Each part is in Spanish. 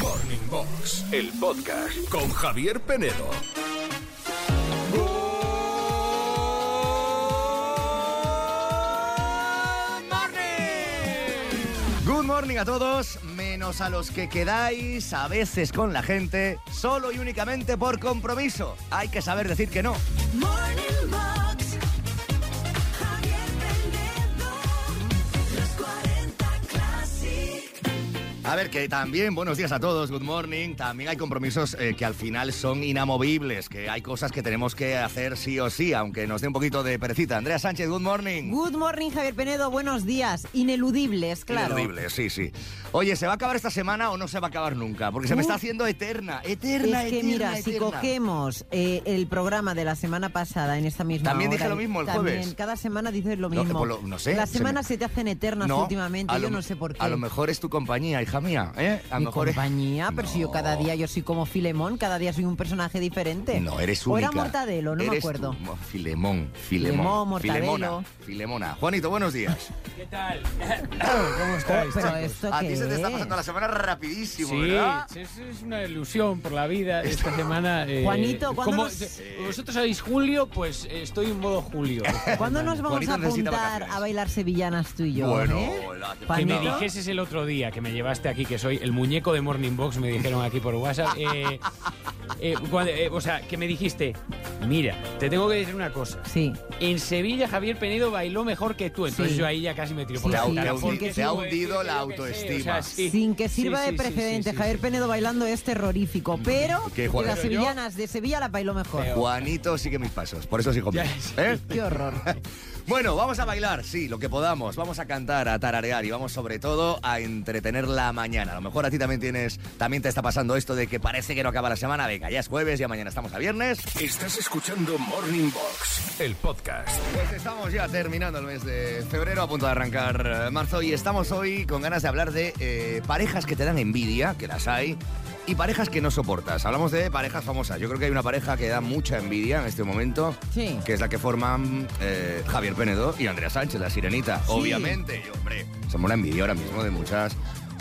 Morning Box, el podcast con Javier Penedo. Good morning a todos, menos a los que quedáis a veces con la gente, solo y únicamente por compromiso. Hay que saber decir que no. Morning Box, Javier Penedo, los 40 Classic. A ver, que también, buenos días a todos, good morning. También hay compromisos eh, que al final son inamovibles, que hay cosas que tenemos que hacer sí o sí, aunque nos dé un poquito de perecita. Andrea Sánchez, good morning. Good morning, Javier Penedo. Buenos días. Ineludibles, claro. Ineludible, sí, sí. Oye, ¿se va a acabar esta semana o no se va a acabar nunca? Porque se me Uh. está haciendo eterna, eterna, Es que eterna, mira, si eterna. cogemos eh, el programa de la semana pasada en esta misma También dije hora, lo mismo el también, jueves. Cada semana dices lo No, eh, mismo. pues lo- no sé, Las se semanas me- se, te hacen eternas últimamente, a yo lo- no sé por qué. A lo mejor es tu compañía, hija mía, ¿eh? A lo Mi mejor es- compañía, pero si yo cada No. día yo soy como Filemón, cada día soy un personaje diferente. No, eres O única. era Mortadelo, no me Eres acuerdo. tú. Mo- Filemón, Filemón, Filemón. Mortadelo. Filemona, Filemona. Juanito, buenos días. Pero, esto A qué ti se te está es? pasando la semana rapidísimo, Sí, ¿verdad? es, es una ilusión por la vida esta semana. eh, Juanito, ¿cuándo como- nos- eh, Vosotros sabéis Julio, pues eh, estoy en modo Julio. ¿Cuándo nos vamos Juanito a necesita apuntar vacaciones. a bailar sevillanas tú y yo? Bueno, eh? la- Que me Que me Juanito. dijeses el otro día que me llevaste aquí, que soy el muñeco de Morning Box, me dijeron aquí por WhatsApp. eh, eh, cuando- eh, o sea, que me dijiste, mira, te tengo que decir una cosa. Sí. En Sevilla Javier Penedo bailó mejor que tú, entonces Sí. yo ahí ya casi me tiro por Sí, la sí, ventana, sí, porque sí, te ha tú, eh, hundido yo la qué sé, autoestima. sí. Sin que sirva Sí, de sí, sí, precedente, sí, sí, Javier sí. Penedo bailando es terrorífico, pero Mm. ¿Qué, Juan? de las Pero yo- sevillanas de Sevilla la bailó mejor. Pero- Juanito sigue mis pasos, por eso sigo Ya, mío, sí. ¿eh? Qué horror. Bueno, vamos a bailar, sí, lo que podamos. Vamos a cantar, a tararear y vamos sobre todo a entretener la mañana. A lo mejor a ti también tienes, también te está pasando esto de que parece que no acaba la semana. Venga, ya es jueves, ya mañana estamos a viernes. Estás escuchando Morning Box, el podcast. Pues estamos ya terminando el mes de febrero, a punto de arrancar eh, marzo y estamos hoy con ganas de hablar de eh, parejas que te dan envidia, que las hay, y parejas que no soportas. Hablamos de parejas famosas. Yo creo que hay una pareja que da mucha envidia en este momento, Sí. que es la que forman eh, Javier Penedo y Andrea Sánchez, la sirenita. Obviamente, y, hombre, somos la envidia ahora mismo de muchas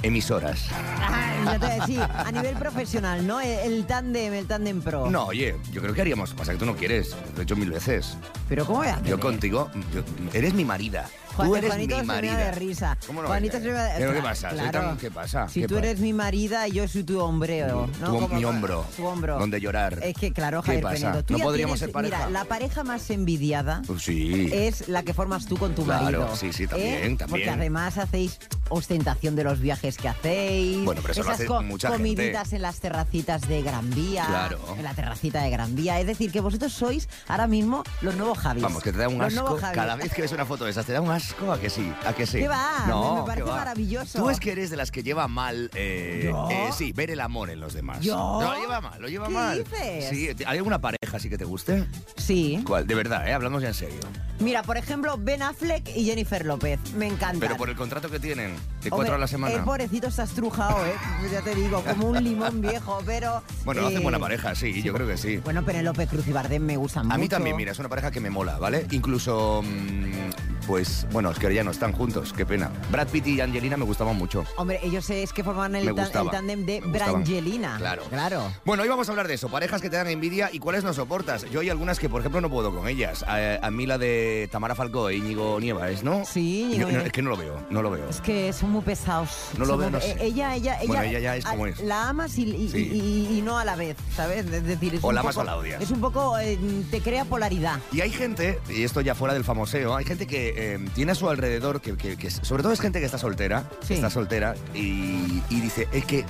emisoras. Ay, ya te voy a decir, a nivel profesional, ¿no? El, el tándem, el tándem pro. No, oye, yo creo que haríamos, pasa que tú no quieres, lo he hecho mil veces. Pero ¿cómo voy a hacer? Yo contigo, yo- eres mi marida. Juan- tú eres Juanito mi se mea marida. de risa. ¿Cómo no? Juanito se mea de- Pero ¿qué Claro, pasa? Soy claro. tan- ¿Qué pasa? Si ¿Qué tú pa- eres mi marida y yo soy tu hombreo. ¿no? Tu- Como- mi hombro. Tu hombro. Donde llorar. Es que, claro, ¿Qué Javier pasa? Penedo. tú ¿No ya podríamos ser tienes- pareja? Mira, la pareja más envidiada Pues sí. es la que formas tú con tu Claro, marido. ¿eh? sí, sí, también, también. Porque además hacéis ostentación de los viajes que hacéis. Bueno, pero eso lo esas hace co- mucha gente. comiditas en las terracitas de Gran Vía. Claro. En la terracita de Gran Vía. Es decir, que vosotros sois ahora mismo los nuevos Javis. Vamos, que te da un Los asco nuevos Javis. cada vez que ves una foto de esas. Te da un asco a que sí, a que sí. ¿Qué va? No, Me- me parece ¿qué va? maravilloso. Tú es que eres de las que lleva mal, eh, ¿Yo? eh, sí, ver el amor en los demás. ¿Yo? No, lo lleva mal, lo lleva ¿Qué mal. dices? Sí, ¿te- ¿hay alguna pareja así que te guste? Sí. ¿Cuál? De verdad, ¿eh? Hablamos ya en serio. Mira, por ejemplo, Ben Affleck y Jennifer López. Me encanta. Pero por el contrato que tienen, de cuatro a la semana. El pobrecito está estrujado, ¿eh? Ya te digo, como un limón viejo, pero... Bueno, hacen eh, buena pareja, sí, yo creo que sí. Bueno, Penélope Cruz y Bardem me gustan mucho. A mí también, mira, es una pareja que me mola, ¿vale? Incluso, mm, pues, bueno, es que ahora ya no están juntos, qué pena. Brad Pitt y Angelina me gustaban mucho. Hombre, ellos es que forman Me el, tan- gustaba, el tándem de me gustaban. Brangelina. Claro. Claro. Bueno, hoy vamos a hablar de eso, parejas que te dan envidia y cuáles no soportas. Yo hay algunas que, por ejemplo, no puedo con ellas. A, a mí la de Tamara Falcó e Íñigo Nievas, ¿no? Sí, Yo- Íñigo no, Nievas. Es que no lo veo, no lo veo. Es que son muy pesados. No lo Son veo, muy- no sé. eh, Ella, ella, ella... Bueno, ella ya es como a- es. La amas y, y- Sí. y- y no a la vez, ¿sabes? Es decir, es O un la amas poco, o la odias. Es un poco... eh, te crea polaridad. Y hay gente, y esto ya fuera del famoseo, hay gente que eh, tiene a su alrededor, que, que- que es- sobre todo es gente que está soltera, que Sí. está soltera, y, y dice, es que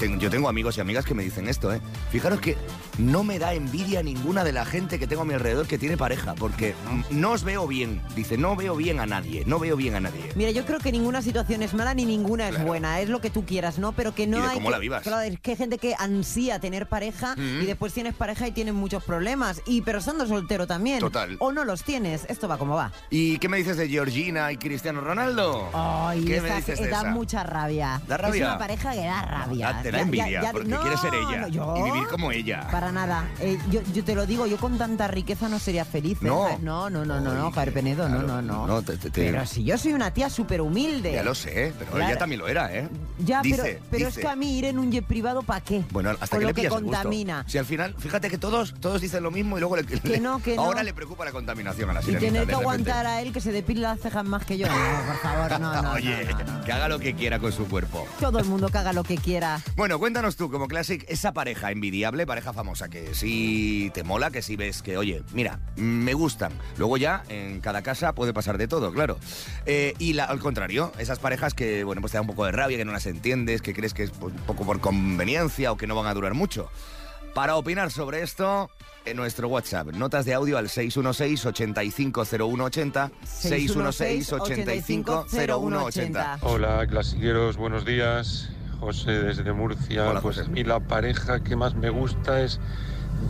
ten- yo tengo amigos y amigas que me dicen esto, ¿eh? Fijaros que no me da envidia ninguna de la gente que tengo a mi alrededor que tiene pareja, porque mm, no os veo bien, dice, no veo bien a nadie, no veo bien a nadie. Mira, yo creo que ninguna situación es mala ni ninguna es Claro. buena, es lo que tú quieras, ¿no? Pero que no Y de hay cómo que- la vivas. Claro, es que hay gente que ansía tener pareja Mm. y después tienes pareja y tienen muchos problemas y pero estando soltero también. Total. O no los tienes, esto va como va. ¿Y qué me dices de Georgina y Cristiano Ronaldo? Ay, ¿Qué esa- me dices eh, de da esa? mucha rabia. ¿Da Es rabia? una pareja que da rabia. Da- Ah, te da Ya, ya, envidia ya, porque no, quieres ser ella no, yo- y vivir como ella. Para nada. Eh, yo, yo te lo digo, yo con tanta riqueza no sería feliz. ¿eh? No. No, no, no, no, no, Oye, Javier Penedo, claro, no, no, no. no, te- te- te- Pero si yo soy una tía súper humilde. Ya lo sé, pero Claro. ella también lo era, ¿eh? Ya, Dice, pero, pero dice. es que a mí ir en un jet privado, ¿para qué? Bueno, hasta Con que lo le que pillas el gusto. contamina. Si al final, fíjate que todos, todos dicen lo mismo y luego le, le- no, que no. ahora le preocupa la contaminación a la Y sirenita. tener de que repente. aguantar a él que se depile las cejas más que yo. No, por favor, no, no. Oye, no, no, no. que haga lo que quiera con su cuerpo. Todo el mundo que haga lo que quiera. Bueno, cuéntanos tú, como Classic, esa pareja envidiable, pareja famosa, que sí te mola, que sí ves que, oye, mira, me gustan. Luego ya, en cada casa puede pasar de todo, claro. Eh, y la- al contrario, esas parejas que, bueno, pues te da un poco de rabia, que no las entiendes, que crees que es pues, un poco por conveniencia o que no van a durar mucho. Para opinar sobre esto, en nuestro WhatsApp, notas de audio al 616-850180, 616-850180. Hola, clasiqueros, buenos días. José desde Murcia. Hola, pues José. a mí la pareja que más me gusta es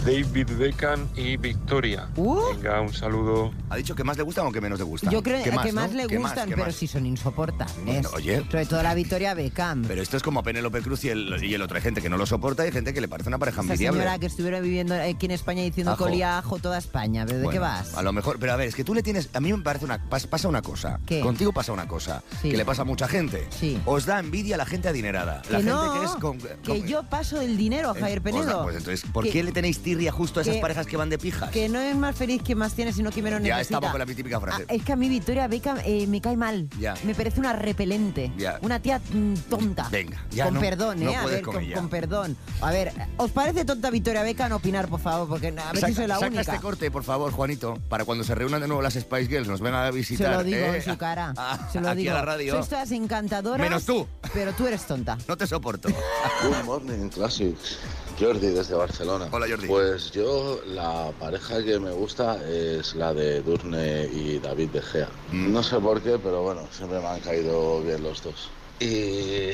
David Beckham y Victoria. Uh. Venga, un saludo. ¿Ha dicho que más le gustan o que menos le gustan? Yo creo ¿Qué que más, no? le ¿Qué gustan, qué pero más? sí son insoportables. Bueno, oye. Sobre todo la Victoria Beckham. Pero esto es como Penélope Cruz y el, y el otro. Hay gente que no lo soporta y hay gente que le parece una pareja Esa envidiable. señora que estuviera viviendo aquí en España diciendo Ajo. que olía a ajo toda España. ¿De Bueno, qué vas? A lo mejor, pero a ver, es que tú le tienes. A mí me parece una. pas- pasa una cosa. ¿Qué? Contigo pasa una cosa. Sí. Que le pasa a mucha gente. Sí. Os da envidia la gente adinerada. Que La gente no, que es. con- que con- yo paso del dinero a ¿eh? Javier Os da- Penedo. Pues entonces, ¿por Que- qué le tenéis tirria justo a esas que- parejas que van de pijas? Que no es más feliz quien más tiene, sino quien menos Ya necesita. estamos con la típica frase. Ah, es que a mí Victoria Beckham eh, me cae mal. Ya. Me parece una repelente. Ya. Una tía mm, tonta. Venga, ya Con no- perdón, no ¿eh? A puedes ver, con con, ella. con perdón. A ver, ¿os parece tonta Victoria Beckham? Opinar, por favor, porque a ver Saca, si soy la saca única. este corte, por favor, Juanito, para cuando se reúnan de nuevo las Spice Girls, nos vengan a Se visitar. lo digo ¿eh? en su cara. Ah, se lo aquí digo. a la radio. Sois todas encantadoras. Menos tú. Pero tú eres tonta. No te soporto. Good morning, Classics. Jordi desde Barcelona. Hola, Jordi. Pues yo, la pareja que me gusta es la de Durne y David De Gea. Mm. No sé por qué, pero bueno, siempre me han caído bien los dos. Y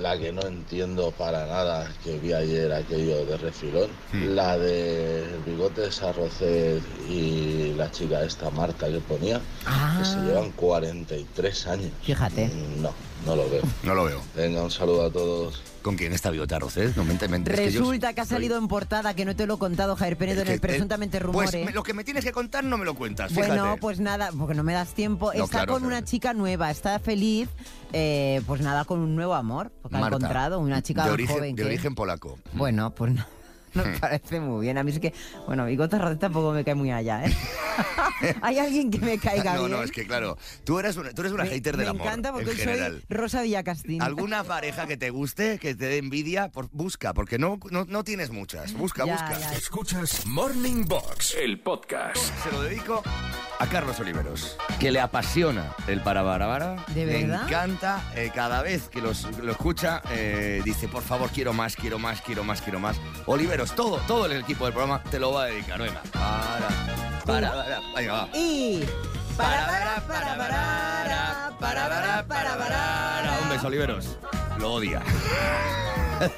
la que no entiendo para nada, que vi ayer aquello de refilón, Mm. la de Bigotes Arrocet y la chica esta Marta que ponía, que se Ah. llevan 43 años. Fíjate. Mm, No, no lo veo. No lo veo. Venga, un saludo a todos. ¿Con quién está Biota Rocet? No, mente, mente, es que yo Resulta que, ha soy- salido en portada, que no te lo he contado, Javier Penedo, Es en el que, eh, presuntamente rumores. Pues me- lo que me tienes que contar no me lo cuentas, fíjate. Bueno, pues nada, porque no me das tiempo. No, está claro, con claro. una chica nueva, está feliz, eh, pues nada, con un nuevo amor, porque ha Marta, encontrado una chica de origen, joven De que- origen mm. polaco. Bueno, pues no. Me parece muy bien. A mí es que, bueno, Bigote Rodríguez tampoco me cae muy allá, ¿eh? Hay alguien que me caiga no, bien. no, es que claro, tú eres una, tú eres una Me- hater del me amor, encanta porque en soy general. Rosa Villacastín. ¿Alguna pareja que te guste, que te dé envidia? Por- busca, porque no, no, no tienes muchas. Busca, Ya, busca. ya. Escuchas Morning Box, el podcast. Se lo dedico a Carlos Oliveros, que le apasiona el parabarabara. ¿De Le verdad? encanta. eh, cada vez que los- lo escucha, eh, dice, por favor, quiero más, quiero más, quiero más, quiero más. Oliveros, todo, todo el equipo del programa te lo va a dedicar. Venga, para, para, para. Venga, va. Y... Para, para, para, para, para, para, para, para. Un beso, Oliveros. Lo odia.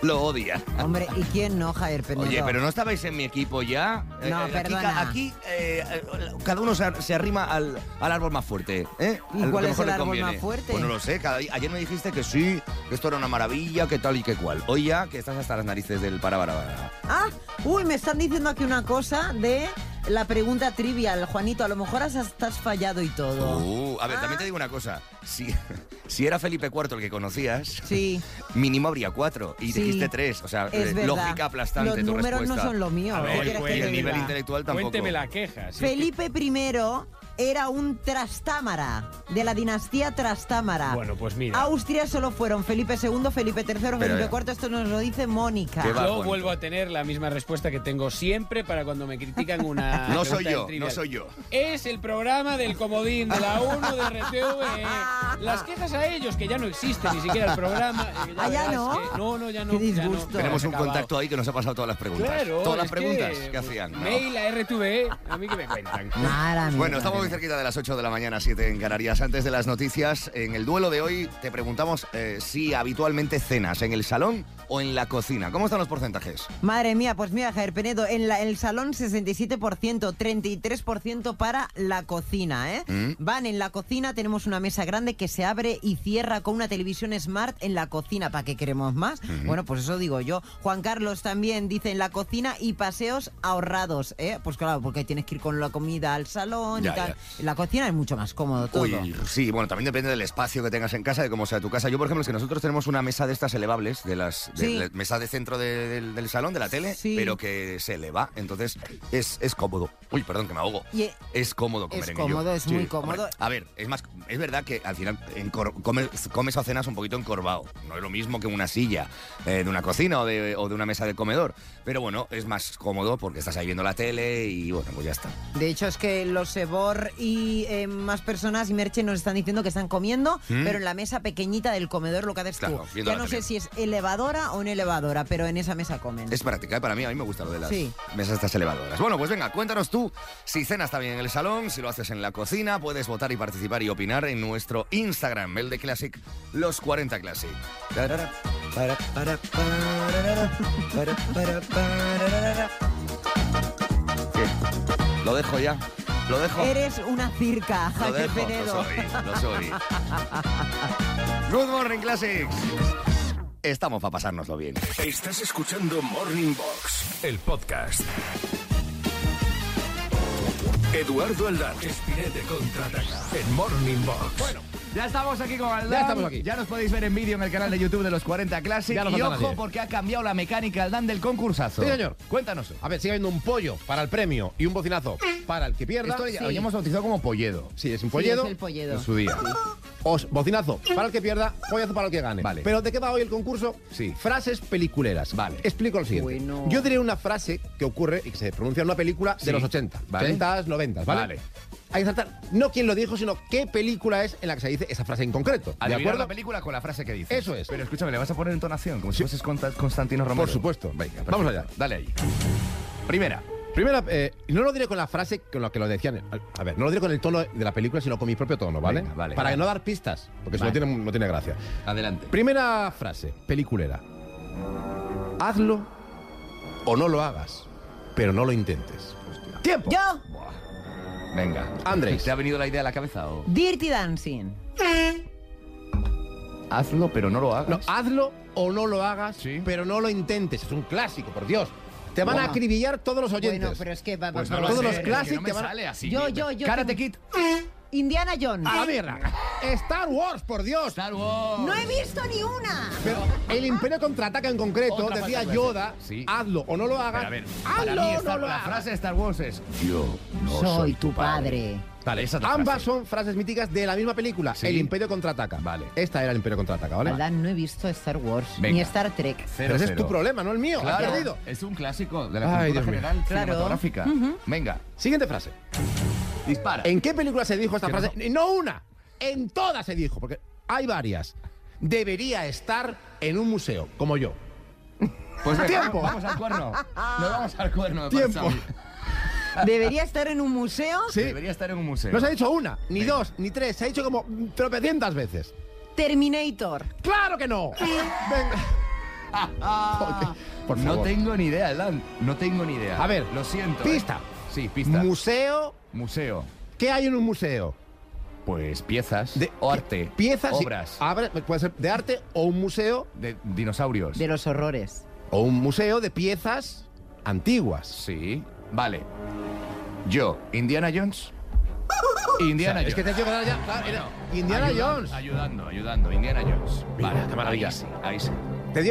lo odia. Hombre, ¿y quién no, Javier Penedo? Oye, pero no estabais en mi equipo ya. Eh, No, aquí perdona. ca- Aquí, eh, eh, cada uno se, ar- se arrima al, al árbol más fuerte. ¿eh? ¿Y A lo cuál que es mejor el le árbol conviene. más fuerte? Pues no lo sé. cada- ayer me dijiste que sí, que esto era una maravilla, que tal y que cual. Hoy ya que estás hasta las narices del parabarabara. Ah, uy, me están diciendo aquí una cosa de la pregunta trivial, Juanito. A lo mejor has, has fallado y todo. Uh, a ver, Ah. también te digo una cosa. Si, si era Felipe IV el que conocías, Sí. mínimo habría cuatro. Y Sí. dijiste tres. O sea, eh, Es verdad. lógica aplastante Los tu números respuesta. no son lo mío. ¿eh? A ¿qué ver, quieres pues, que y te el nivel diga? intelectual tampoco. Cuénteme la queja. sí. Felipe I era un trastámara, de la dinastía trastámara. Bueno, pues mira. Austria solo fueron Felipe II, Felipe III, Felipe ya. IV. Esto nos lo dice Mónica. Qué va, Yo Juanito. vuelvo a tener la misma respuesta que tengo siempre para cuando me critican una. No pregunta soy del yo, trivial. no soy yo. Es el programa del comodín de la 1 de RTV. Las quejas a ellos, que ya no existe ni siquiera el programa. eh, Ah, ya verás no. que- no, no, ya no. Qué ya no, disgusto. ya Tenemos se ha un acabado. contacto ahí que nos ha pasado todas las preguntas. Claro. todas las es que, preguntas que, pues, hacían. ¿no? Mail a RTV, a mí que me cuentan. Mara mía. Bueno, estamos muy cerquita de las 8 de la mañana, 7 en Canarias. Antes de las noticias, en el duelo de hoy te preguntamos eh, si habitualmente cenas en el salón o en la cocina. ¿Cómo están los porcentajes? Madre mía, pues mira, Javier Penedo, en, la- en el salón 67%, 33% para la cocina, ¿eh? Mm. Van en la cocina, tenemos una mesa grande que se abre y cierra con una televisión smart en la cocina. ¿Para qué queremos más? Bueno, pues eso digo yo. Juan Carlos también dice en la cocina y paseos ahorrados, ¿eh? Pues claro, porque tienes que ir con la comida al salón Ya, y tal. ya. En la cocina es mucho más cómodo todo. Uy, sí, bueno, también depende del espacio que tengas en casa, de cómo sea tu casa. Yo, por ejemplo, es que nosotros tenemos una mesa de estas elevables, de las de Sí. la mesa de centro de- del, del salón, de la tele, Sí. pero que se eleva, entonces es, es cómodo. Uy, perdón, que me ahogo. Y- Es cómodo comer Es en ello. cómodo, es muy cómodo. Hombre, a ver, es más, es verdad que al final encor- comes, comes o cenas un poquito encorvado. No es lo mismo que una silla eh, de una cocina o de, o de una mesa de comedor. Pero bueno, es más cómodo porque estás ahí viendo la tele y bueno, pues ya está. De hecho, es que los Sebor y eh, más personas y Merche nos están diciendo que están comiendo, ¿Mm? pero en la mesa pequeñita del comedor lo que haces Claro, tú. viendo Ya la no tele. sé si es elevadora o no elevadora, pero en esa mesa comen. Es práctica, ¿eh? para mí, a mí me gusta lo de las Sí. mesas estas elevadoras. Bueno, pues venga, cuéntanos tú si cenas también en el salón, si lo haces en la cocina, puedes votar y participar y opinar en nuestro Instagram, el de Classic, los 40 Classic. Tarara, para, para, pararara, para, para, pararara. ¿Qué? Lo dejo ya, lo dejo. Eres una circa, Lo Javier dejo, lo Penedo. soy, lo soy. Good morning, Classics. Estamos para pasárnoslo bien. Estás escuchando Morning Box, el podcast. Eduardo Aldán, Espinete contraataca en Morning Box. Ya estamos aquí con Aldán. Ya estamos aquí. Ya nos podéis ver en vídeo en el canal de YouTube de los 40 Classic. Ya no y falta ojo, nadie. porque ha cambiado la mecánica Aldán del concursazo. Sí, señor. Cuéntanos. A ver, sigue habiendo un pollo para el premio y un bocinazo para el que pierda. Esto ya Sí. lo hemos bautizado como polledo. Sí, es un Sí, polledo. es el polledo. En su día. Os, bocinazo para el que pierda, pollazo para el que gane. Vale. Pero ¿de qué va hoy el concurso? Sí. Frases peliculeras. Vale. Explico lo siguiente. Bueno. Yo diré una frase que ocurre y que se pronuncia en una película Sí. de los 80, Vale. 70, 90, ¿vale? Vale. Hay que tratar no quién lo dijo, sino qué película es en la que se dice esa frase en concreto. ¿De Adivinar acuerdo? la película con la frase que dice. Eso es. Pero escúchame, le vas a poner entonación, como si fueses Conta- Constantino Romero. Por supuesto. Venga, Venga, vamos perfecto. allá. Dale ahí. Primera. Primera, eh, no lo diré con la frase con la que lo decían. A ver, no lo diré con el tono de la película, sino con mi propio tono, ¿vale? Venga, vale. Para no dar pistas, porque Vale. eso no tiene, no tiene gracia. Adelante. Primera frase, peliculera. Hazlo o no lo hagas, pero no lo intentes. ¡Tiempo! Yo, Venga. Andrés. ¿Te ha venido la idea a la cabeza o...? Dirty Dancing. Hazlo, pero no lo hagas. No, hazlo o no lo hagas, Sí. pero no lo intentes. Es un clásico, por Dios. Te van a Bueno. acribillar todos los oyentes. Bueno, pero es que va, Pues va- no lo Todos sé, los es que clásicos no me te van a- sale así. Yo, yo, yo Karate tengo- Kid. Indiana Jones. ¡A la mierda! ¡Star Wars, por Dios! Star Wars. No he visto ni una. Pero el Imperio contraataca en concreto, Otra decía frase. Yoda, Sí. hazlo o no lo hagas. Pero a ver, para hazlo mí o Star- no lo la hagas. frase de Star Wars es Yo no soy, tu padre. Vale, esa es la Ambas frase. son frases míticas de la misma película, Sí. El Imperio contraataca. Vale. Esta era el Imperio contraataca, ¿vale? Aldán, no he visto Star Wars ni Venga. Star Trek. Cero, Pero ese es cero. tu problema, no el mío. Has perdido. es un clásico de la Ay, cultura Dios mío. general Claro. cinematográfica. Venga, Siguiente frase. dispara. ¿En qué película se dijo esta Que no frase? No una, en todas se dijo, porque hay varias. Debería estar en un museo, como yo. Pues venga, ¡Tiempo! Vamos al cuerno. Nos vamos al cuerno. me Tiempo. parece a mí. ¿Debería estar en un museo? Sí. Debería estar en un museo. No se ha dicho una, ni dos, ni tres, se ha dicho como tropecientas veces. Terminator. ¡Claro que no! Venga. Por No favor. tengo ni idea, Elan. No tengo ni idea. A ver, lo siento. pista. eh. Sí, pista. Museo. museo. ¿Qué hay en un museo? Pues piezas De- o arte. Piezas. y- Obras. abre- puede ser de arte o un museo. De dinosaurios. De los horrores. O un museo de piezas antiguas. Sí. Vale. Yo, Indiana Jones. Indiana O sea, es que Jones. te has llegado ya. claro, era Indiana Ayuda- Jones. Ayudando, ayudando. Indiana Jones. Mira, vale, qué maravilla. Ahí sí, ahí sí. Te di-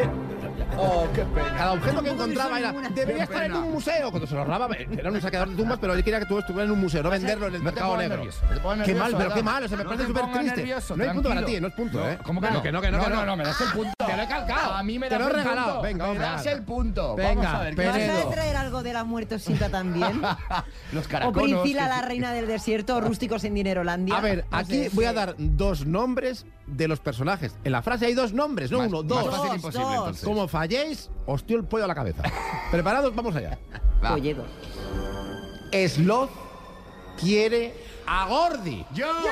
Cada objeto que Tampoco me encontraba suena era. ninguna. Debería Qué estar en pena. un museo. Cuando se lo robaba, era un saqueador de tumbas, pero él quería que tú estuvieras en un museo, no venderlo en el No te mercado pongas negro. nervioso, no te pongas qué nervioso, mal, pero Adán. qué malo, se me No parece te súper pongas triste. nervioso, no hay punto para tranquilo. ti, no es punto, No, ¿eh? ¿cómo que no? que no, que no, que No, no. no, no, me das el punto. Te lo he calcado. A mí me Te das lo he el regalado. punto. Venga, Me hombre, das va. el punto. Venga, Vamos a ver, ¿qué Penedo. ¿Vas haces? a traer algo de la muertosita también? Los ¿O caraconos. Priscila, que- la reina del desierto, o rústicos en Dinerolandia? A ver, No aquí sé, voy a sí. dar dos nombres de los personajes. En la frase hay dos nombres, no Más- uno, más dos. fácil Dos, imposible, dos. entonces. Como falléis, os tiro el pollo a la cabeza. ¿Preparados? Vamos allá. Va. Polledo. Sloth quiere a Gordi. ¡Yo! ¡Yo!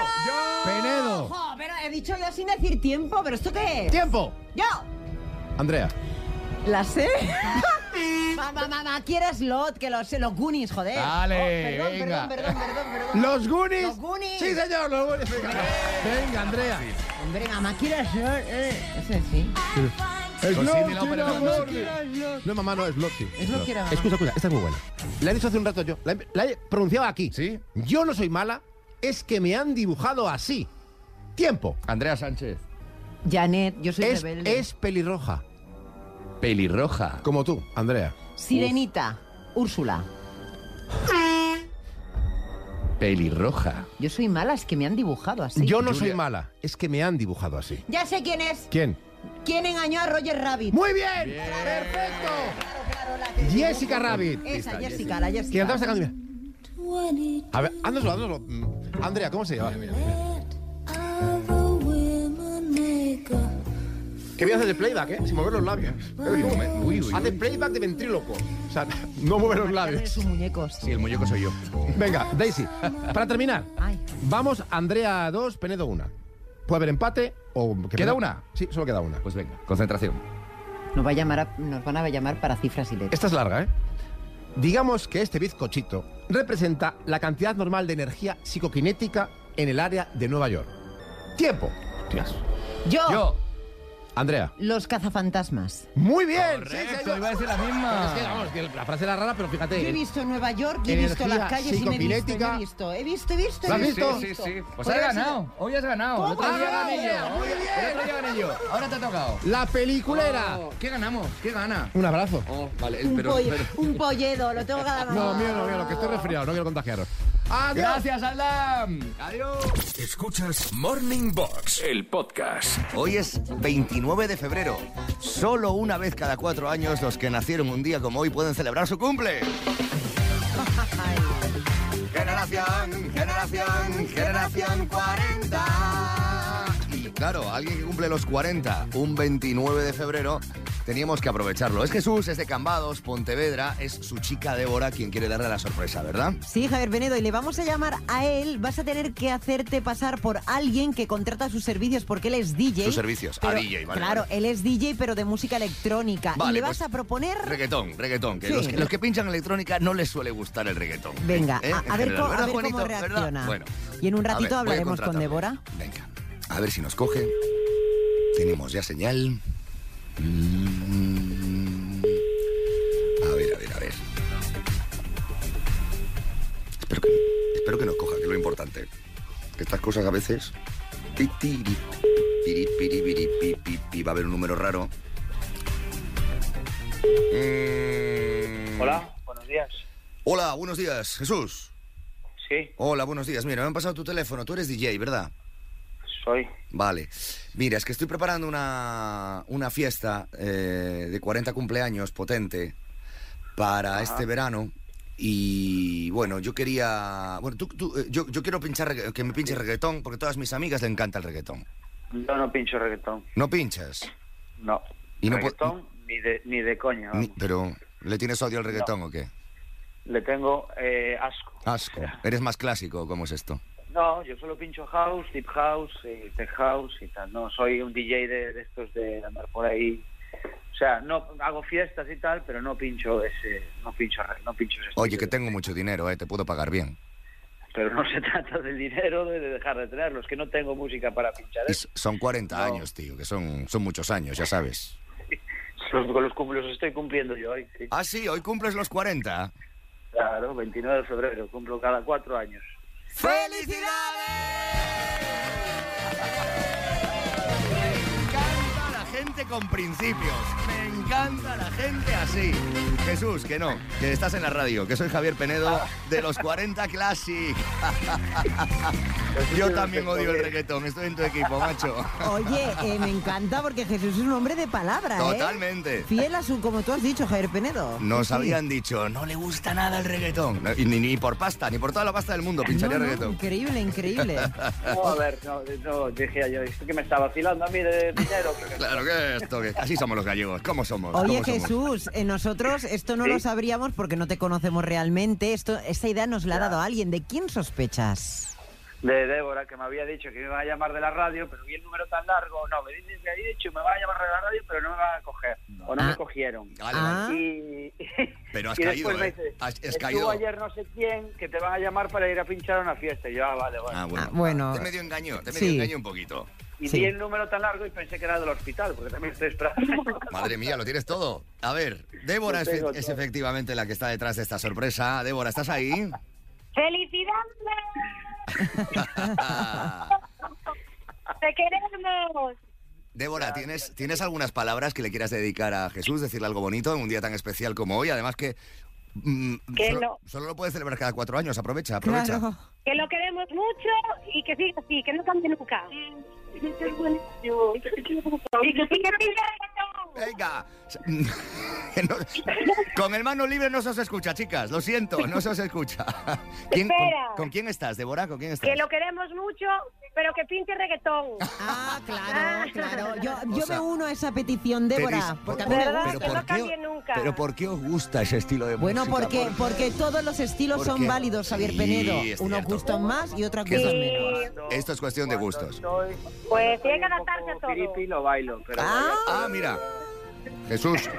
Penedo. Ojo, pero he dicho yo sin decir tiempo, pero ¿esto qué es? Tiempo. ¡Yo! Andrea. ¿La sé? mamá, mamá, quieres Lot, que lo sé, los Goonies, joder. Oh, Dale, perdón, perdón, venga. perdón, perdón, perdón. Los Goonies. Los Goonies. Sí, señor, los Goonies. Venga, Venga, Andrea. Hombre, mamá, quieres Lot. eh, Ese sí. Es Con Cindy Lauper en la Gordi. No, mamá, no, es Lotti. Es Lotti, era mamá. Escucha, escucha, esta es muy buena. La he dicho hace un rato yo. La he, la he pronunciado aquí. ¿Sí? Yo no soy mala, es que me han dibujado así. Tiempo. Andrea Sánchez. Janet, yo soy Es, rebelde. es pelirroja. Pelirroja. Ah. Como tú, Andrea. Sirenita, Úrsula. Pelirroja. Yo soy mala, es que me han dibujado así. Yo no soy Julia. mala, es que me han dibujado así. Ya sé quién es. ¿Quién? ¿Quién engañó a Roger Rabbit? ¡Muy bien! ¡Perfecto! Claro, claro, la que- Jessica Rabbit. Esa, Jessica, la Que Jessica. cantaba esta canción. A ver, ándoslo, ándoslo. Mm, Andrea, ¿cómo se llama? Que voy a hacer el playback, ¿eh? Sin mover los labios. Uy, uy, Hace uy. playback de ventríloco. O sea, no mueve los labios. Sus muñecos. Sí, el muñeco soy yo. Venga, Daisy. Para terminar, Ay. vamos Andrea 2, Penedo 1. Puede haber empate o. que ¿Queda Penedo- una? Sí, solo queda una. Pues venga, concentración. Nos, va a llamar a- nos van a llamar para cifras y letras. Esta es larga, ¿eh? Digamos que este bizcochito representa la cantidad normal de energía psicoquinética en el área de Nueva York. Tiempo. Yo, Yo. Andrea. los cazafantasmas. Muy bien. sí, Correcto, señor. iba a decir la misma. Es que, vamos, que la frase era rara, pero fíjate. Yo he el- visto en Nueva York, y he Energía visto las calles y me he visto, yo psicoquinética. he visto, he visto, he visto, ¿Lo has he visto? he Sí, sí, sí. Pues Podría has haber sido- ganado. Hoy has ganado. El otro ¿Cómo? día gané ¡Ah, yo. muy Hoy- bien! El otro día gané yo. Ahora te ha tocado. La peliculera. Oh, ¿Qué ganamos? ¿Qué gana? Un abrazo. Oh, vale, Un, pero. polle- pero- un polledo, lo tengo cada No, mío, no, mío, no, que estoy resfriado, no quiero contagiaros. ¡Adiós! Gracias, Aldam. Adiós. Escuchas Morning Box, el podcast. Hoy es 29 de febrero. Solo una vez cada cuatro años los que nacieron un día como hoy pueden celebrar su cumple. Generación, generación, generación 40. Y claro, alguien que cumple los 40, un 29 de febrero, teníamos que aprovecharlo. Es Jesús, es de Cambados, Pontevedra, es su chica Débora quien quiere darle la sorpresa, ¿verdad? Sí, Javier Benedo, y le vamos a llamar a él. Vas a tener que hacerte pasar por alguien que contrata sus servicios porque él es DJ. Sus servicios, a DJ, vale, Claro, vale. él es DJ, pero de música electrónica. Vale, y le vas pues, a proponer. Reggaetón, reggaetón. Que Sí. los, que, los que pinchan electrónica no les suele gustar el reggaetón. Venga, ¿Eh? a, En a ver, general. cómo- a ¿Verdad, ver cómo Juanito? ¿Verdad? reacciona. Bueno. Y en un A ver, ratito voy a hablaremos con contratarle. Débora. Venga, a ver si nos coge. Tenemos ya señal. Mm. A ver, a ver, a ver. Espero que, espero que nos coja, que es lo importante. Que estas cosas a veces... Pi, ti, ri, piri, piri, piri, pi, pi, pi. Va a haber un número raro. Mm. Hola, buenos días. Hola, buenos días, Jesús. Sí, Hola, buenos días. Mira, me han pasado tu teléfono. Tú eres DJ, ¿verdad? soy. Vale. Mira, es que estoy preparando una, una fiesta eh, de 40 cumpleaños potente para este verano. Y bueno, yo quería. Bueno, tú, tú, eh, yo, yo quiero pinchar regga- que me pinche reggaetón porque a todas mis amigas le encanta el reggaetón. Yo no pincho reggaetón. No pinchas. No. Y no po- reggaetón ni, de, ni de coña. Ah. Ni- vamos. pero, ¿le tienes odio al reggaetón o qué? Le tengo eh, asco. Asco. ¿Eres más clásico? ¿Cómo es esto? No, yo solo pincho house, deep house, eh, tech house y tal. No, soy un DJ de, de estos de andar por ahí. O sea, no hago fiestas y tal, pero no pincho ese, no pincho, re- no pincho ese Oye, estilo. que tengo mucho dinero, ¿eh? Te puedo pagar bien. Pero no se trata del dinero de dejar de tenerlo, es que no tengo música para pinchar. Y ¿eh? s- son 40 No. años, tío, que son, son muchos años, ya sabes. Los, con los cumpleaños estoy cumpliendo yo hoy. sí. Ah, sí, hoy cumples los 40. Claro, 29 de febrero, cumplo cada cuatro años. encanta la gente con principios. Me encanta la gente así. Jesús, que no, que estás en la radio, que soy Javier Penedo Ah. de los 40 Classic. Pues Yo también odio el reggaetón, estoy en tu equipo, macho. Oye, eh, me encanta porque Jesús es un hombre de palabra, ¿eh? Totalmente. Fiel a su, como tú has dicho, Javier Penedo. Nos Sí. habían dicho, no le gusta nada el reggaetón. No, y ni, ni por pasta, ni por toda la pasta del mundo pincharía No, no, reggaetón. Increíble, increíble. No, a ver, no, no, dije yo, esto que me está vacilando a mí de dinero. Claro que esto, que así somos los gallegos, ¿cómo somos? somos? Oye ¿Cómo somos? Jesús, eh, nosotros esto no Sí. lo sabríamos porque no te conocemos realmente. Esto, esta idea nos la ha dado alguien. ¿De quién sospechas? de Débora, que me había dicho que me iba a llamar de la radio, pero vi el número tan largo. No, me dices que había dicho me va a llamar de la radio, pero no me va a coger. O no Ah. me cogieron. Vale, vale. Ah. Y, Pero has y caído, después me ¿eh? dice, Has- has estuvo caído. ayer no sé quién, que te van a llamar para ir a pinchar a una fiesta. Y yo, ah, vale, bueno. Ah, bueno. Ah, bueno. Te medio engañó, te medio Sí. engañó un poquito. y sí. vi el número tan largo y pensé que era del hospital, porque también estoy esperando. Madre mía, lo tienes todo. A ver, Débora Lo es, tengo es todo. efectivamente la que está detrás de esta sorpresa. Débora, ¿estás ahí? ¡Felicidades! ¡Te queremos! Débora, ¿tienes, ¿tienes algunas palabras que le quieras dedicar a Jesús? Decirle algo bonito en un día tan especial como hoy. Además que... mm, Que solo, no. solo lo puedes celebrar cada cuatro años. Aprovecha, aprovecha. Claro. Que lo queremos mucho y que siga así, que no cambie nunca. Y que siga así. Venga. No- con el mano libre no se os escucha, chicas. Lo siento, no se os escucha. ¿Quién- con, Espera. con quién estás, Débora? ¿Con quién estás? Que lo queremos mucho, pero que pinte reggaetón. Ah, claro, claro. Yo, O yo sea, me uno a esa petición, Pero Débora, is- porque a mí por- me ¿Verdad? gusta. Que no cambie nunca. pero ¿por qué os gusta ese estilo de Bueno, música? porque, ¿Por qué? porque todos los estilos ¿Por qué? son válidos, Javier Sí, Penedo. es Unos cierto. gustan más y otros Que gustan sí. menos. Esto es cuestión de gustos. Pues tiene que adaptarse a todo. Y lo bailo, pero, Ah, Ah, mira. Jesús,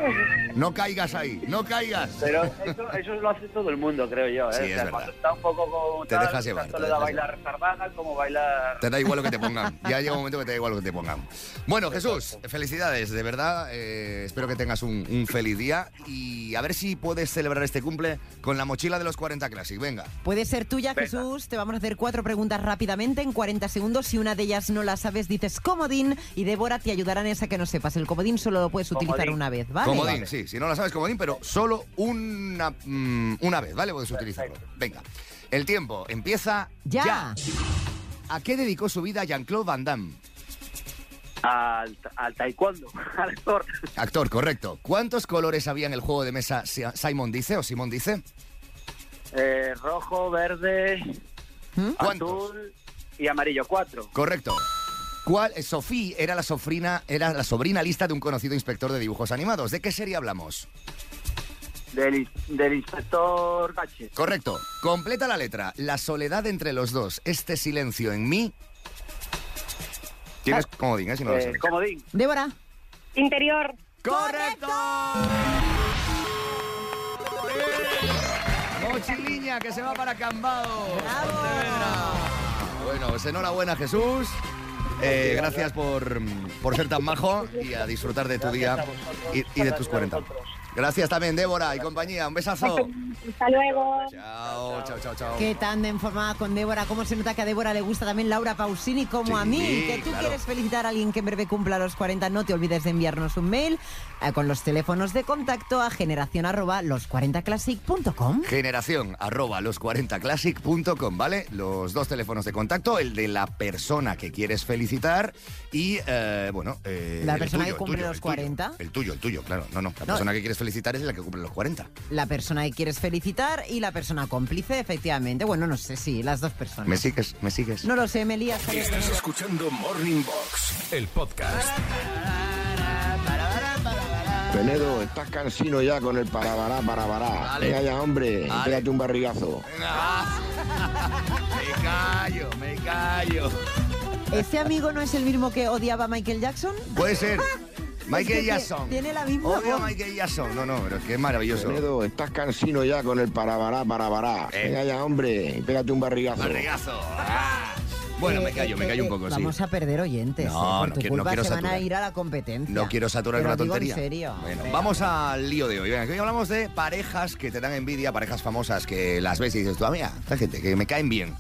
no caigas ahí, no caigas. pero eso, eso lo hace todo el mundo, creo yo. ¿eh? Sí, O es sea, verdad. cuando está un poco como Te tal, dejas llevar, tanto te le da dejas bailar sardana como bailar Te da igual lo que te pongan. Ya llega un momento que te da igual lo que te pongan. Bueno, Jesús, felicidades, de verdad. eh, espero que tengas un, un feliz día y a ver si puedes celebrar este cumple con la mochila de los 40 Classic. Venga. Puede ser tuya, Venga. Jesús. Te vamos a hacer cuatro preguntas rápidamente en 40 segundos. Si una de ellas no la sabes, dices comodín y Débora te ayudará en esa que no sepas. El comodín solo lo puedes utilizar Comodín. una vez, ¿vale? comodín, sí. Si no la sabes, comodín, pero solo una, mm, una vez, ¿vale? Puedes utilizarlo. Venga. El tiempo empieza Ya. ¿A qué dedicó su vida Jean-Claude Van Damme? al, al taekwondo, al actor. Actor, correcto. ¿Cuántos colores había en el juego de mesa Si- Simon Dice o Simón Dice? Eh, rojo, verde, ¿Mm? ¿Cuántos? azul y amarillo. Cuatro. Correcto. ¿Cuál? eh, Sofía era la, sofrina, era la sobrina lista de un conocido inspector de dibujos animados. ¿De qué serie hablamos? Del, ins- del inspector Gache. Correcto. Completa la letra. La soledad entre los dos. Este silencio en mí. Tienes comodín, ¿eh? Si no lo Eh, sabes. comodín. Débora. Interior. ¡Correcto! Mochiliña que se va para Cambao. Bueno, pues enhorabuena Jesús. Eh, gracias por, por ser tan majo y a disfrutar de tu día y, y de tus 40. Gracias también, Débora y compañía. Un besazo. Hasta luego. Chao, chao, chao, chao. Qué tan de informada con Débora. Cómo se nota que a Débora le gusta también Laura Pausini como Sí, a mí. Que tú claro. quieres felicitar a alguien que en breve cumpla los 40. No te olvides de enviarnos un mail eh, con los teléfonos de contacto a generación arroba los40classic.com. Generación arroba los40classic.com, ¿vale? Los dos teléfonos de contacto, el de la persona que quieres felicitar y, eh, bueno... eh, La el persona tuyo, que cumple el tuyo, los el tuyo. 40. El tuyo, el tuyo, claro. No, no, la No. persona que quieres felicitar es la que cumple los 40. La persona que quieres felicitar y la persona cómplice, efectivamente. Bueno, no sé, sí, las dos personas. ¿Me sigues? ¿Me sigues? No lo sé, me lías. Javier Estás Penedo. escuchando Morning Box, el podcast. Penedo, estás cansino ya con el para para para para. Dale. Venga ya, hombre, Dale. pégate un barrigazo. Ah, me callo, me callo. ¿Ese amigo no es el mismo que odiaba a Michael Jackson? Puede ser. Michael que Jackson. tiene la misma Odio a voz. Michael Jackson. No, no, pero es que es maravilloso. estás cansino ya con el para para para para. Eh. Venga ya, hombre, pégate un barrigazo. Barrigazo. Ah. Bueno, me Eh, callo, eh, me callo un eh, poco, sí. Vamos a perder oyentes. No, eh, por no tu quiero- no culpa quiero se van saturar. a ir a la competencia. No quiero saturar Pero con la digo tontería. En serio. Bueno, Pero- vamos al lío de hoy. Venga, que hoy hablamos de parejas que te dan envidia, parejas famosas que las ves y dices, tú, "Ah, mira, esta gente, que me caen bien.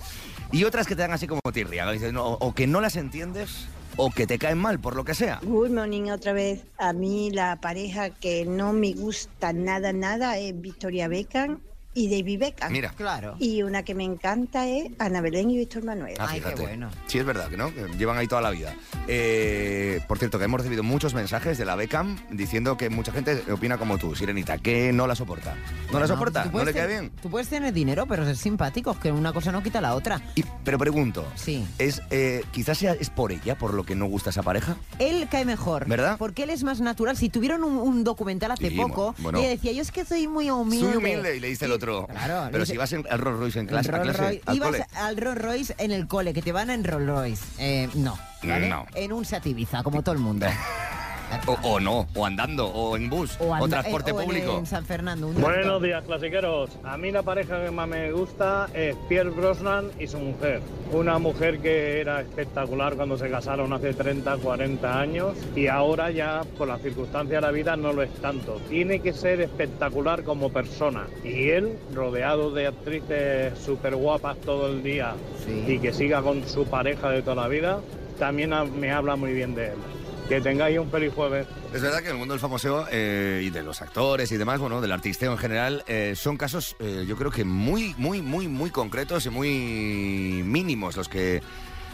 Y otras que te dan así como tirria, que dices, no, o que no las entiendes o que te caen mal, por lo que sea. Good morning otra vez. A mí la pareja que no me gusta nada, nada es Victoria Beckham y David Beckham. Mira. Claro. Y una que me encanta es Ana Belén y Víctor Manuel. Ah, fíjate. Sí, es verdad, que ¿no? Que Llevan ahí toda la vida. Eh, por cierto, que hemos recibido muchos mensajes de la Beckham diciendo que mucha gente opina como tú, Sirenita, que no la soporta. ¿No la Bueno, soporta? tú ¿No puedes le cae tener- bien? Tú puedes tener dinero, pero ser simpáticos, que una cosa no quita la otra. Y- pero pregunto, Sí. es eh, quizás sea, es por ella por lo que no gusta esa pareja. Él cae mejor. ¿Verdad? Porque él es más natural. Si tuvieron un, un documental hace Sí, poco, bueno. y ella decía, yo es que soy muy humilde. Soy humilde y le dice el otro. claro, le pero dice- si vas en, al Rolls Royce en clase, a Rolls clase, Royce. al Ibas cole. al Rolls Royce en el cole, que te van en Rolls Royce. Eh, no. ¿vale? No. En un sativiza, como todo el mundo. O, o no, o andando, o en bus, o, anda- transporte eh, o en- público. En San Fernando. un Buenos doctor. días, clasiqueros. A mí la pareja que más me gusta es Pierre Brosnan y su mujer. Una mujer que era espectacular cuando se casaron hace 30, 40 años y ahora ya por las circunstancias de la vida no lo es tanto. Tiene que ser espectacular como persona. Y él, rodeado de actrices súper guapas todo el día y que siga con su pareja de toda la vida, también a- me habla muy bien de él. Que tengáis un feliz jueves. Es verdad que en el mundo del famoseo eh, y de los actores y demás, bueno, del artisteo en general, eh, son casos eh, yo creo que muy, muy, muy, muy concretos y muy mínimos los que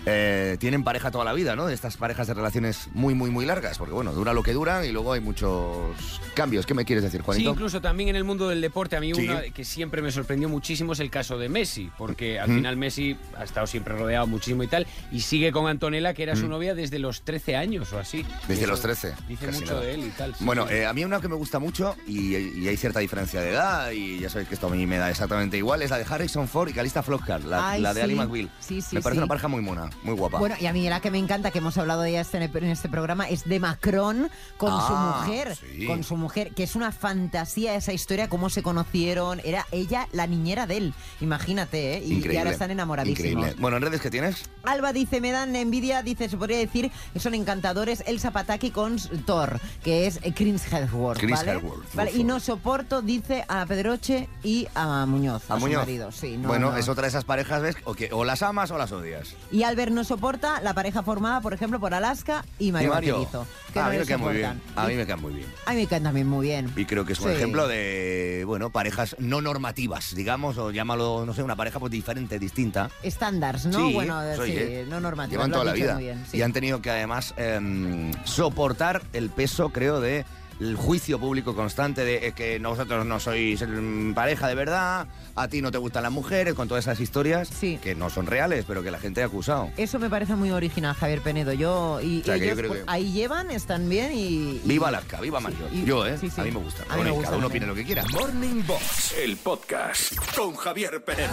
eh, tienen pareja toda la vida, ¿no? De estas parejas de relaciones muy, muy, muy largas, porque bueno, dura lo que dura y luego hay muchos cambios. ¿Qué me quieres decir, Sí, Juanito? incluso también en el mundo del deporte, a mí Sí. una que siempre me sorprendió muchísimo es el caso de Messi, porque al Mm. final Messi ha estado siempre rodeado muchísimo y tal, y sigue con Antonella, que era su novia desde los 13 años o así. Desde Eso los 13. Dice casi mucho nada. de él y tal. sí. Bueno, eh, a mí una que me gusta mucho y, y hay cierta diferencia de edad y ya sabéis que esto a mí me da exactamente igual es la de Harrison Ford y Calista Flockhart, la, Ay, la de sí. Ali McBeal. Sí, sí, me parece sí. una pareja muy mona, muy guapa. Bueno, y a mí la que me encanta, que hemos hablado de ella este- en este programa, es de Macron con su Ah, mujer. sí. Con su mujer, que es una fantasía esa historia, cómo se conocieron. Era ella la niñera de él. Imagínate, ¿eh? Y, y Increíble. ahora están enamoradísimos. Increíble. Bueno, en redes que tienes. Alba dice, me dan envidia, dice, se podría decir, que son encantadores el Zapataki con Thor, que es eh, Chris Hemsworth, Chris ¿vale? Hemsworth, Vale, por y no soporto, dice, a Pedroche y a Muñoz, a, A su Muñoz. marido. Sí, no, bueno, no. es otra de esas parejas, ¿ves? O, que, o las amas o las odias. Y Albert no soporta la pareja formada, por ejemplo, por Alaska y Mario, y Mario. Ah, Vaquerizo, que A no mí le me cae muy bien. soportan. A mí me cae muy bien. A mí me caen también muy bien. Y creo que es un Sí. ejemplo de, bueno, parejas no normativas, digamos, o llámalo, no sé, una pareja pues diferente, distinta. Estándares, ¿no? Sí, bueno, pues, sí, oye, no normativa. Llevan lo has toda la dicho vida. muy bien, sí. Y han tenido que además em, soportar el peso, creo, de el juicio público constante de "Es que nosotros no sois mm, pareja de verdad, a ti no te gustan las mujeres, con todas esas historias que no son reales, pero que la gente ha acusado. Eso me parece muy original, Javier Penedo. Yo y O sea, que yo ellos creo pues, que- ahí llevan, están bien y, y- Viva Alaska, viva Mario. y- Yo, ¿eh? sí, sí. A mí me gusta. A mí Bueno, me y gusta cada uno también. opine lo que quiera. Morning Box, el podcast con Javier Penedo.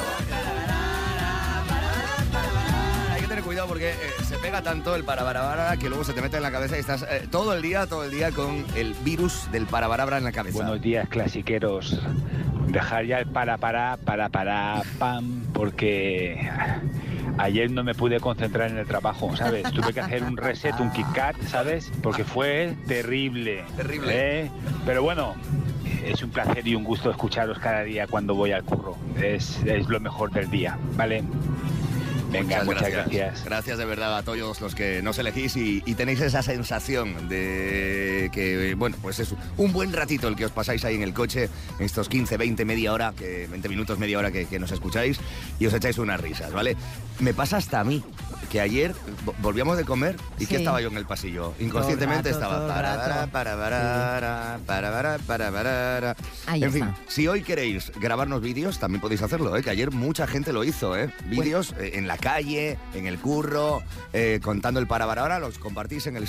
Hay que tener cuidado porque eh, se pega tanto el parabarabara que luego se te mete en la cabeza y estás eh, todo el día, todo el día con el virus del parabarabra en la cabeza. Buenos días, clasiqueros. Dejar ya el para, para, para, para, pam, porque ayer no me pude concentrar en el trabajo, ¿sabes? Tuve que hacer un reset, un kick-cat, ¿sabes? Porque fue terrible. Terrible. Eh, Pero bueno, eh, es un placer y un gusto escucharos cada día cuando voy al curro. Es, es lo mejor del día, ¿vale? Venga, muchas, gracias. Gracias de verdad a todos los que nos elegís y, y tenéis esa sensación de que, bueno, pues es un buen ratito el que os pasáis ahí en el coche, estos 15, 20, media hora, que 20 minutos, media hora que, que nos escucháis y os echáis unas risas, ¿vale? Me pasa hasta a mí, que ayer vo- volvíamos de comer y Sí. que estaba yo en el pasillo. Inconscientemente Todo el rato, todo estaba el para, rato. para, para, para, para, para, para, para. Ahí en fin, está. si hoy queréis grabarnos vídeos, también podéis hacerlo, ¿eh? que ayer mucha gente lo hizo. ¿eh? Vídeos eh, en la calle, en el curro, eh, contando el parabarabara, los compartís en el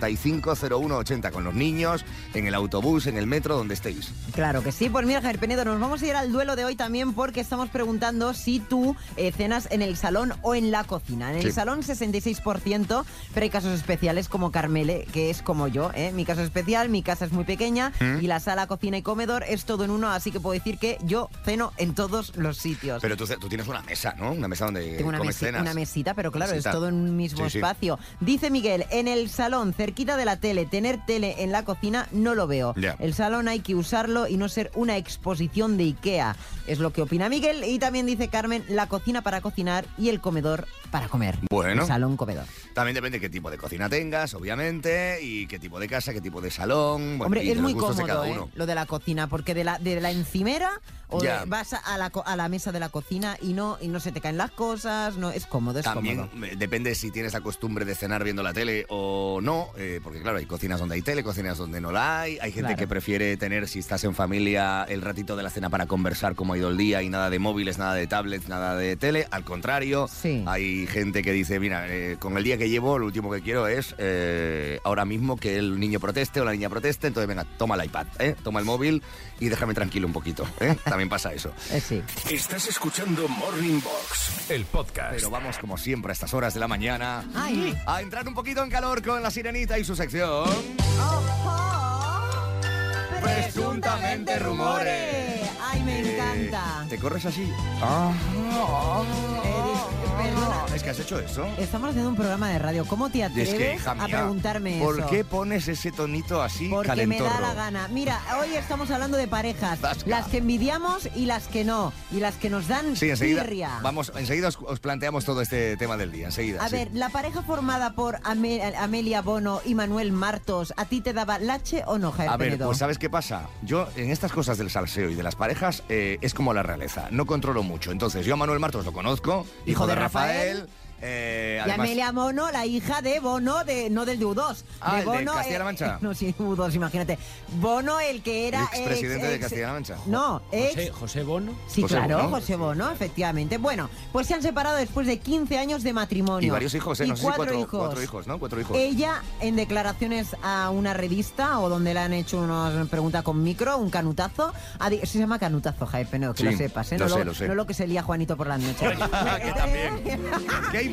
616-850180 con los niños, en el autobús, en el metro, donde estéis. Claro que sí, pues mira, Javier Penedo, nos vamos a ir al duelo de hoy también porque estamos preguntando si tú eh, cenas en el salón o en la cocina. En el Sí. salón 66%, pero hay casos especiales como Carmele, que es como yo, ¿eh? mi caso especial, mi casa es muy pequeña ¿Mm? y la sala, cocina y comedor es todo en uno, así que puedo decir que yo ceno en todos los sitios. Pero tú, tú tienes una mesa, ¿no? Una mesa donde Tengo una, comes mesi- cenas. una mesita, pero claro, Mesita. es todo en un mismo Sí, sí. espacio. Dice Miguel, en el salón, cerquita de la tele, tener tele en la cocina no lo veo. Ya. El salón hay que usarlo y no ser una exposición de Ikea. Es lo que opina Miguel y también dice Carmen, la cocina para cocinar y el comedor para comer. Bueno. El salón comedor. También depende qué tipo de cocina tengas, obviamente, y qué tipo de casa, qué tipo de salón. bueno, y Hombre, de es los muy gustos de cómodo cada ¿eh? uno. lo de la cocina, porque de la, de la encimera o de- Ya. vas a- a la, co- a la mesa de la cocina y no, y no se te caen las cosas, no es cómodo, es También cómodo. eh, depende si tienes la costumbre de cenar viendo la tele o no, eh, porque claro, hay cocinas donde hay tele, cocinas donde no la hay. Hay gente Claro. que prefiere tener, si estás en familia, el ratito de la cena para conversar cómo ha ido el día y nada de móviles, nada de tablets, nada de tele. Al contrario, hay gente que dice, mira, eh, con el día que llevo, lo último que quiero es eh, ahora mismo que el niño proteste o la niña proteste, entonces venga, toma el iPad, ¿eh? toma el móvil y déjame tranquilo un poquito. ¿eh? También pasa eso. sí. Estás escuchando Morning Box, el podcast. Pero vamos como siempre a estas horas de la mañana Ay. a entrar un poquito en calor con la sirenita y su sección. Presuntamente rumores. Ay, me Eh, encanta. Ah. ¿Te corres así? Ah. Es que has hecho eso. Estamos haciendo un programa de radio. ¿Cómo te atreves Es que, hija mía, a preguntarme ¿por eso? qué pones ese tonito así Porque me calentorro? da la gana. Mira, hoy estamos hablando de parejas. Las que envidiamos y las que no. Y las que nos dan Sí, enseguida. birria. Vamos, enseguida os, os planteamos todo este tema del día. Enseguida. A sí. ver, la pareja formada por Ame- Amelia Bono y Manuel Martos, ¿a ti te daba lache o no, Javier A ver, Penedo? pues ¿sabes qué pasa? Yo en estas cosas del salseo y de las parejas eh, es como la realeza, no controlo mucho. Entonces yo a Manuel Martos lo conozco, hijo, de, de Rafael. Rafael. eh, Y además, Amelia Bono, la hija de Bono, de, no del de U2. Ah, el de Bono, Castilla-La Mancha. no, sí, U2, imagínate. Bono, el que era... El expresidente de ex- Castilla-La Mancha. No, ex... José, José Bono. Sí, José claro, Bono. José Bono, efectivamente. Bueno, pues se han separado después de 15 años de matrimonio. Y varios hijos, eh, Y no sé si cuatro cuatro hijos. cuatro hijos, ¿no? Cuatro hijos. Ella, en declaraciones a una revista o donde le han hecho una pregunta con micro, un canutazo, ha di- se llama canutazo, Jaime Peneo, Sí, que lo sepas, ¿eh? No lo sé, lo sé. no lo que se lía Juanito por la noche. que también.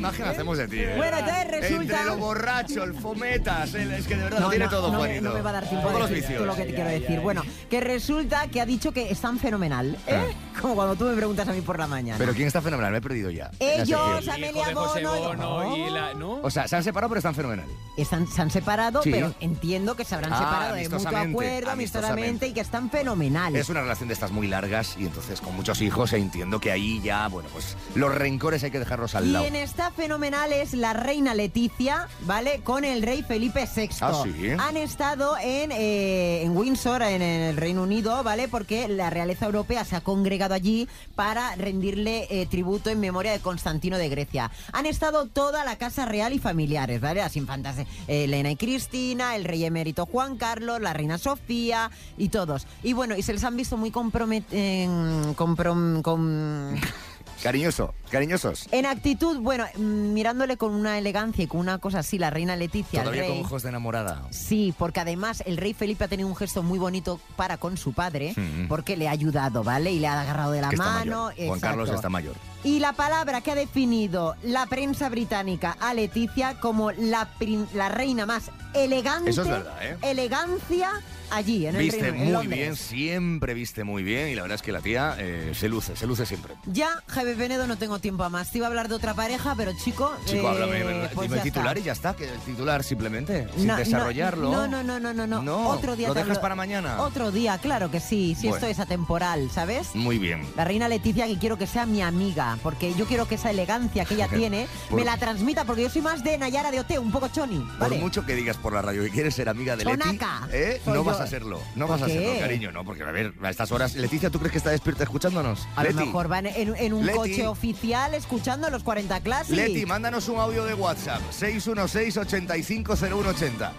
¿Qué imagen hacemos de ti? eh? Bueno, entonces resulta- Entre lo borracho, el fometas, el- es que de verdad No, lo tiene no, todo, no me- Juanito. no me va a dar tiempo Todos de los decir vicios. todo lo que te quiero decir. Bueno, que resulta que ha dicho que están fenomenal, ¿eh? Como cuando tú me preguntas a mí por la mañana. Ah. Pero ¿quién está fenomenal? Me he perdido ya. Eh, Ellos, Ya sé quién. Amelia Bono... José y- Bono y la... ¿no? O sea, se han separado, pero están fenomenal. Están, se han separado, Sí. pero entiendo que se habrán Ah, separado de mutuo amistosamente, acuerdo, amistosamente, amistosamente. y que están fenomenales. Es una relación de estas muy largas y entonces con muchos hijos e entiendo que ahí ya, bueno, pues los rencores hay que dejarlos al lado. Quien está fenomenal es la reina Leticia, ¿vale? Con el rey Felipe VI. Ah, sí. Han estado en, eh, en Windsor, en el Reino Unido, ¿vale? Porque la realeza europea se ha congregado allí para rendirle eh, tributo en memoria de Constantino de Grecia. Han estado toda la casa real y familiares, ¿vale? Las infantas eh, Elena y Cristina, el rey emérito Juan Carlos, la reina Sofía y todos. Y bueno, y se les han visto muy comprometidos... Cariñoso, cariñosos. En actitud, bueno, mm, mirándole con una elegancia y con una cosa así, la reina Leticia, el Todavía rey. con ojos de enamorada. Sí, porque además el rey Felipe ha tenido un gesto muy bonito para con su padre, Sí. porque le ha ayudado, ¿vale? Y le ha agarrado de la que está mano. mayor. Juan exacto. Carlos está mayor. Y la palabra que ha definido la prensa británica a Leticia como la, prin- la reina más elegante. Eso es verdad, ¿eh? Elegancia allí, en el Viste Reino- en muy Londres. bien, siempre viste muy bien y la verdad es que la tía eh, se luce, se luce siempre. Ya, Javier Venedo, no tengo tiempo a más. Te iba a hablar de otra pareja, pero chico. Chico, eh, háblame, ¿verdad? pues dime el ya está. titular y ya está, que el titular simplemente, sin No, desarrollarlo. No, no, no, no, no, no. No, Otro día lo te dejas hablo- para mañana. Otro día, claro que sí. Si esto Bueno. Mm. es atemporal, ¿sabes? Muy bien. La reina Leticia, que quiero que sea mi amiga, porque yo quiero que esa elegancia que ella tiene Por- me la transmita, porque yo soy más de Nayara de Ote, un poco choni, Por ¿vale? mucho que digas por la radio que quieres ser amiga de Leti, Chonaca. ¿eh? Soy no yo. vas a serlo. No vas a ¿Por qué? serlo, cariño, no, porque a ver, a estas horas. Leticia, ¿tú crees que está despierta escuchándonos? A Leti, lo mejor va en, en- en un Leti. coche oficial escuchando los 40 clases. Leti, mándanos un audio de WhatsApp, 616-850180.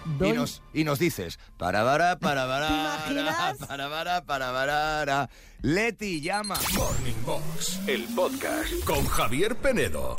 Y Doy- nos, y nos dices, para para para para para para para para para Leti, llama. Morning Box, el podcast con Javier Penedo.